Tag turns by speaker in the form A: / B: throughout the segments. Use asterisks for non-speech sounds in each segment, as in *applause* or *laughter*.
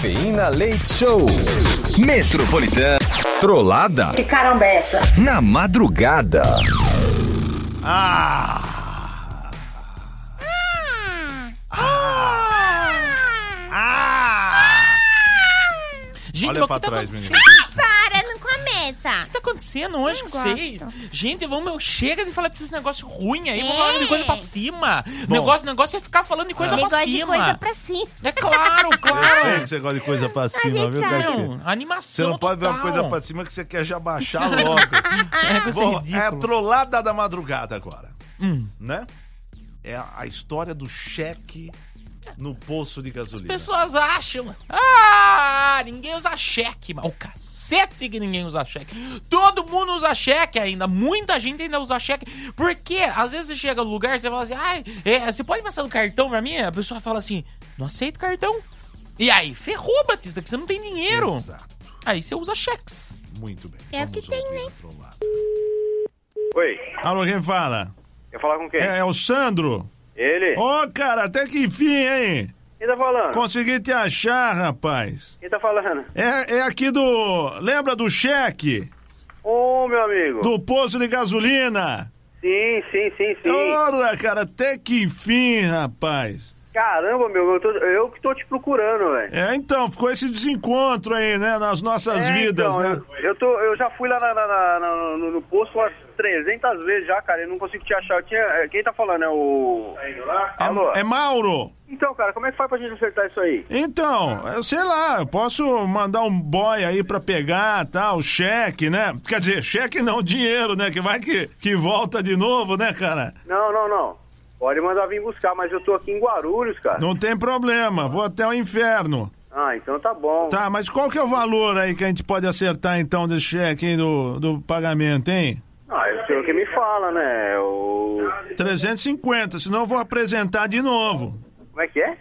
A: Cafeína Leite Show. Metropolitana. Trollada
B: Que caramba é essa?
A: na madrugada.
C: Ah! Ah!
D: Gente,
C: Olha
D: mas o
C: pra
D: que tá
C: trás,
D: acontecendo?
C: menino.
E: Para, não começa.
D: O que tá acontecendo hoje com vocês? Gente, vamos, chega de falar desses negócios ruins aí, vamos
E: É.
D: falar de coisa pra cima. Negócio, negócio é ficar falando de coisa pra
E: Negócio de
D: cima.
E: coisa pra cima. *laughs*
D: É claro,
C: Eu
D: claro.
C: sei que você gosta de coisa pra cima,
E: Ah! gente
C: viu,
E: sabe.
C: Caquinha?
D: Não, animação.
C: Você não pode ver uma
D: total.
C: coisa pra cima que você quer
D: *laughs*
C: já baixar logo.
E: Ah,
D: É, Hum. coisa
C: Bom, é
D: ridícula.
C: a trollada da madrugada agora. Né? É a história do cheque no poço de gasolina.
D: pessoas acham. Ah, ninguém usa cheque. mas O cacete que ninguém usa cheque. Todo mundo usa cheque ainda. Muita gente ainda usa cheque. Porque às vezes você chega no lugar você fala assim: ai, é, você pode passar no cartão pra mim? A pessoa fala assim: não aceito cartão. E aí, ferrou, Batista, que você não tem dinheiro.
C: Exato.
D: Aí você usa cheques.
C: Muito bem.
E: É o que tem,
C: ouvir um
E: né?
C: a trollada.
F: Oi,
C: Alô, quem fala?
F: quer falar com quem?
C: É, é o Sandro?
F: Ele?
C: Ô, cara, até que enfim, hein?
F: Quem tá falando?
C: Consegui te achar, rapaz.
F: Quem tá falando?
C: É, é aqui do. Lembra do cheque?
F: Ô, meu amigo.
C: Do poço de gasolina?
F: Sim, sim, sim, sim.
C: Ora, cara, até que enfim, rapaz.
F: Caramba, meu, eu, tô- eu que tô te procurando, velho.
C: É, então, ficou esse desencontro aí, né? Nas nossas
F: É,
C: vidas,
F: então,
C: né?
F: eu, eu tô, eu já fui lá na- na- na- na- no, no posto umas 300 vezes já, cara. Eu não consigo te achar. Eu tinha, é, quem tá falando? É o.
C: É-
F: Alô?
C: É, Mauro?
F: Então, cara, como é que faz pra gente acertar isso aí?
C: Então, eu sei lá, eu posso mandar um boy aí pra pegar, tá? O cheque, né? Quer dizer, cheque não, dinheiro, né? Que vai que, que volta de novo, né, cara?
F: Não, não, não. Pode mandar vir buscar, mas eu tô aqui em Guarulhos, cara.
C: Não tem problema, vou até o inferno.
F: Ah, então tá bom.
C: Tá, mas qual que é o valor aí que a gente pode acertar, então, desse cheque aí do, do pagamento, hein?
F: Ah, é o senhor que me fala, né? O...
C: Tá. 350, senão eu vou apresentar de novo.
F: Como é que é?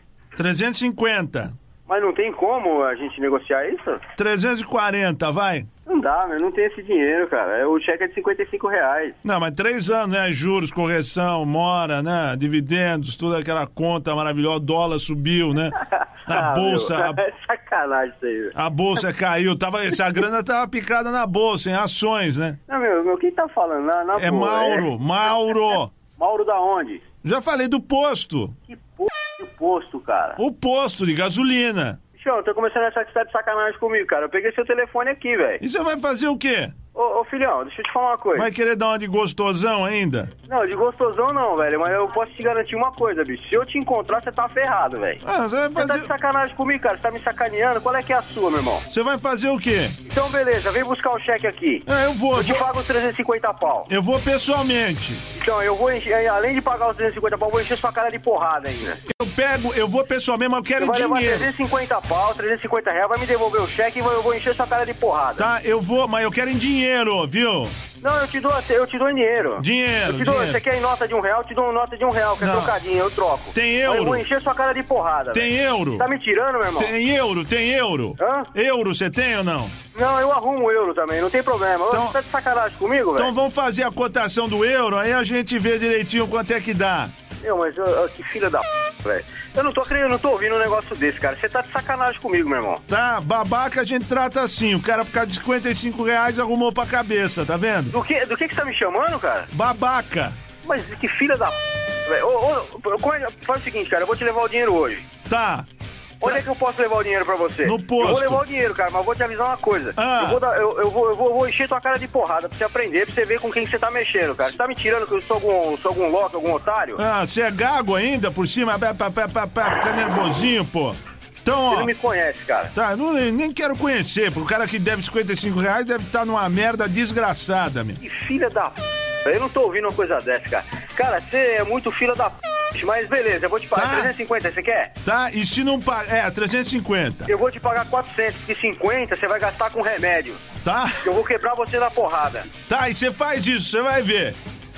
C: 350.
F: Mas não tem como a gente negociar isso?
C: 340, vai.
F: Não dá, né? Não tem esse dinheiro, cara. É, O cheque é de 55 reais.
C: Não, mas três anos, né? Juros, correção, mora, né? Dividendos, toda aquela conta maravilhosa, dólar subiu, né? A
F: Ah,
C: bolsa,
F: meu, *laughs* É sacanagem isso aí, velho.
C: a, a bolsa caiu, tava, essa grana tava picada na bolsa, em ações, né?
F: Não, meu, meu, quem tá falando? Na, na
C: É
F: boa,
C: Mauro, Mauro.
F: é? Mauro da onde?
C: Já falei do posto,
F: Que porra de posto, cara?
C: o posto de gasolina.
F: Bichão, eu tô começando a achar que você tá de sacanagem comigo, cara. Eu peguei seu telefone aqui, velho.
C: E você vai fazer o quê?
F: Ô, ô, filhão, deixa eu te falar uma coisa.
C: Vai querer dar uma de gostosão ainda?
F: Não, de gostosão não, velho. Mas eu posso te garantir uma coisa, bicho. Se eu te encontrar, você tá ferrado, velho.
C: Ah, você vai
F: Você tá de
C: fazer,
F: sacanagem comigo, cara. Você tá me sacaneando. Qual é que é a sua, meu irmão?
C: você vai fazer o quê?
F: Então, beleza. Vem buscar o cheque aqui.
C: Ah, eu vou,
F: Eu te pago os 350 pau.
C: eu vou pessoalmente.
F: Então, eu vou encher, além de pagar os 350 pau, eu vou encher sua cara de porrada ainda. Você
C: Eu pego, eu vou pessoalmente, mas eu quero
F: vai levar
C: dinheiro.
F: 350 pau, 350 reais, vai me devolver o cheque e eu vou encher sua cara de porrada.
C: Tá, eu vou, mas eu quero em dinheiro, viu?
F: Não, eu te dou, eu te dou em dinheiro.
C: Dinheiro,
F: Eu te dou,
C: dinheiro.
F: você quer em nota de um real, eu te dou nota de um real, quer
C: Não.
F: trocadinho, eu troco.
C: Tem
F: Mas
C: euro?
F: Eu vou encher sua cara de porrada.
C: Tem
F: velho.
C: euro?
F: Tá me tirando, meu irmão?
C: Tem euro, tem euro.
F: Hã?
C: Euro você tem ou não?
F: Não, eu arrumo euro também, não tem problema.
C: Então-
F: Você tá de sacanagem comigo, velho?
C: Então vamos fazer a cotação do euro, aí a gente vê direitinho quanto é que dá.
F: Meu, mas eu- eu- que filha da p, velho. Eu não tô acreditando, eu não tô ouvindo um negócio desse, cara. Você tá de sacanagem comigo, meu irmão.
C: Tá, babaca a gente trata assim. O cara por causa de 55 reais arrumou pra cabeça, tá vendo?
F: Do que, do que que você tá me chamando, cara?
C: Babaca.
F: Mas que filha da p. velho. Ô, ô, como é- faz o seguinte, cara, eu vou te levar o dinheiro hoje.
C: Tá.
F: Onde é que eu posso levar o dinheiro pra você?
C: No posto.
F: Eu vou levar o dinheiro, cara, mas eu vou te avisar uma coisa.
C: Ah.
F: Eu, vou dar- eu- eu vou, eu vou- eu vou encher tua cara de porrada pra você aprender, pra você ver com quem que você tá mexendo, cara. Você tá me tirando que eu sou algum, sou algum louco, algum otário?
C: Ah, você é gago ainda por cima? Pá, pá, pá, pá, pá, Fica nervosinho, pô. Então,
F: Você
C: ó.
F: não me conhece, cara.
C: Tá, não, nem quero conhecer, porque o cara que deve 55 reais deve estar numa merda desgraçada, meu.
F: Que filha da p. Eu não tô ouvindo uma coisa dessa, cara. Cara, você é muito filha da p. Mas beleza, eu vou te pagar
C: Tá.
F: 350, você quer?
C: Tá? E se não pagar. É, 350.
F: Eu vou te pagar 450, você vai gastar com remédio.
C: Tá?
F: Eu vou quebrar você na porrada.
C: Tá, e você faz isso, você vai ver.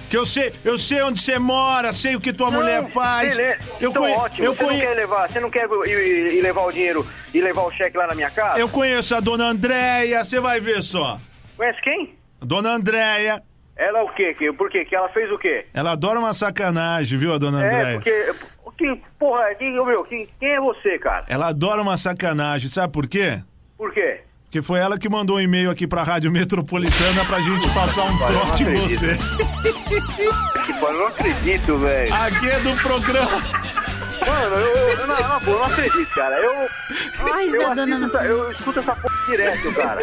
C: Que eu sei, eu sei onde você mora, sei o que tua mulher
F: Não,
C: faz.
F: beleza.
C: Eu,
F: então,
C: conhe-
F: ótimo.
C: eu,
F: você,
C: conhe-
F: não quer levar, você não quer ir, ir levar o dinheiro e levar o cheque lá na minha casa?
C: eu conheço a dona Andréia, você vai ver só.
F: Conhece quem?
C: A dona Andréia,
F: Ela o quê? Que- Por quê? Que ela fez o quê?
C: ela adora uma sacanagem, viu, a dona
F: É,
C: Andréia?
F: porque... Quem, porra, é? quem, ô, meu, quem, quem é você, cara?
C: Ela adora uma sacanagem, sabe por quê?
F: Por quê?
C: Porque foi ela que mandou um e-mail aqui pra Rádio Metropolitana pra gente passar um
F: Olha, eu não
C: trote em
F: acredito.
C: você.
F: Pô, eu não acredito, velho.
C: Aqui é do programa.
F: Mano, eu, eu, não, não, pô, eu não acredito, cara. Eu,
E: Ai,
F: eu,
E: Zé Dona.
F: assisto essa- eu escuto essa porra direto, cara.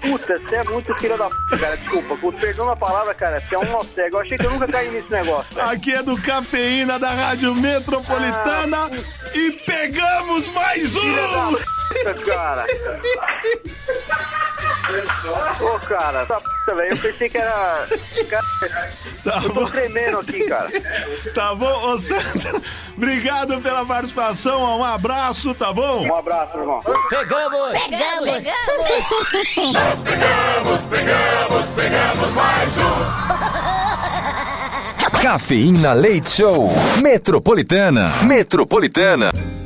F: Puta, você é muito filha da p, cara. Desculpa, com perdão a palavra, cara. Você é um cego. Eu achei que eu nunca caí nesse negócio. velho.
C: Aqui é do Cafeína da Rádio Metropolitana
F: Ah.
C: e pegamos mais um! Tá
F: Puta, cara. Ô, cara, essa p, velho. Eu pensei que era. Cara,
C: Tá
F: tô
C: bom,
F: tremendo aqui, cara.
C: tá bom, ô Sandra. Obrigado pela participação, um abraço, tá bom?
F: Um abraço, irmão.
B: Pegamos!
E: Pegamos!
A: Cafeína Leite Show. Metropolitana. Metropolitana.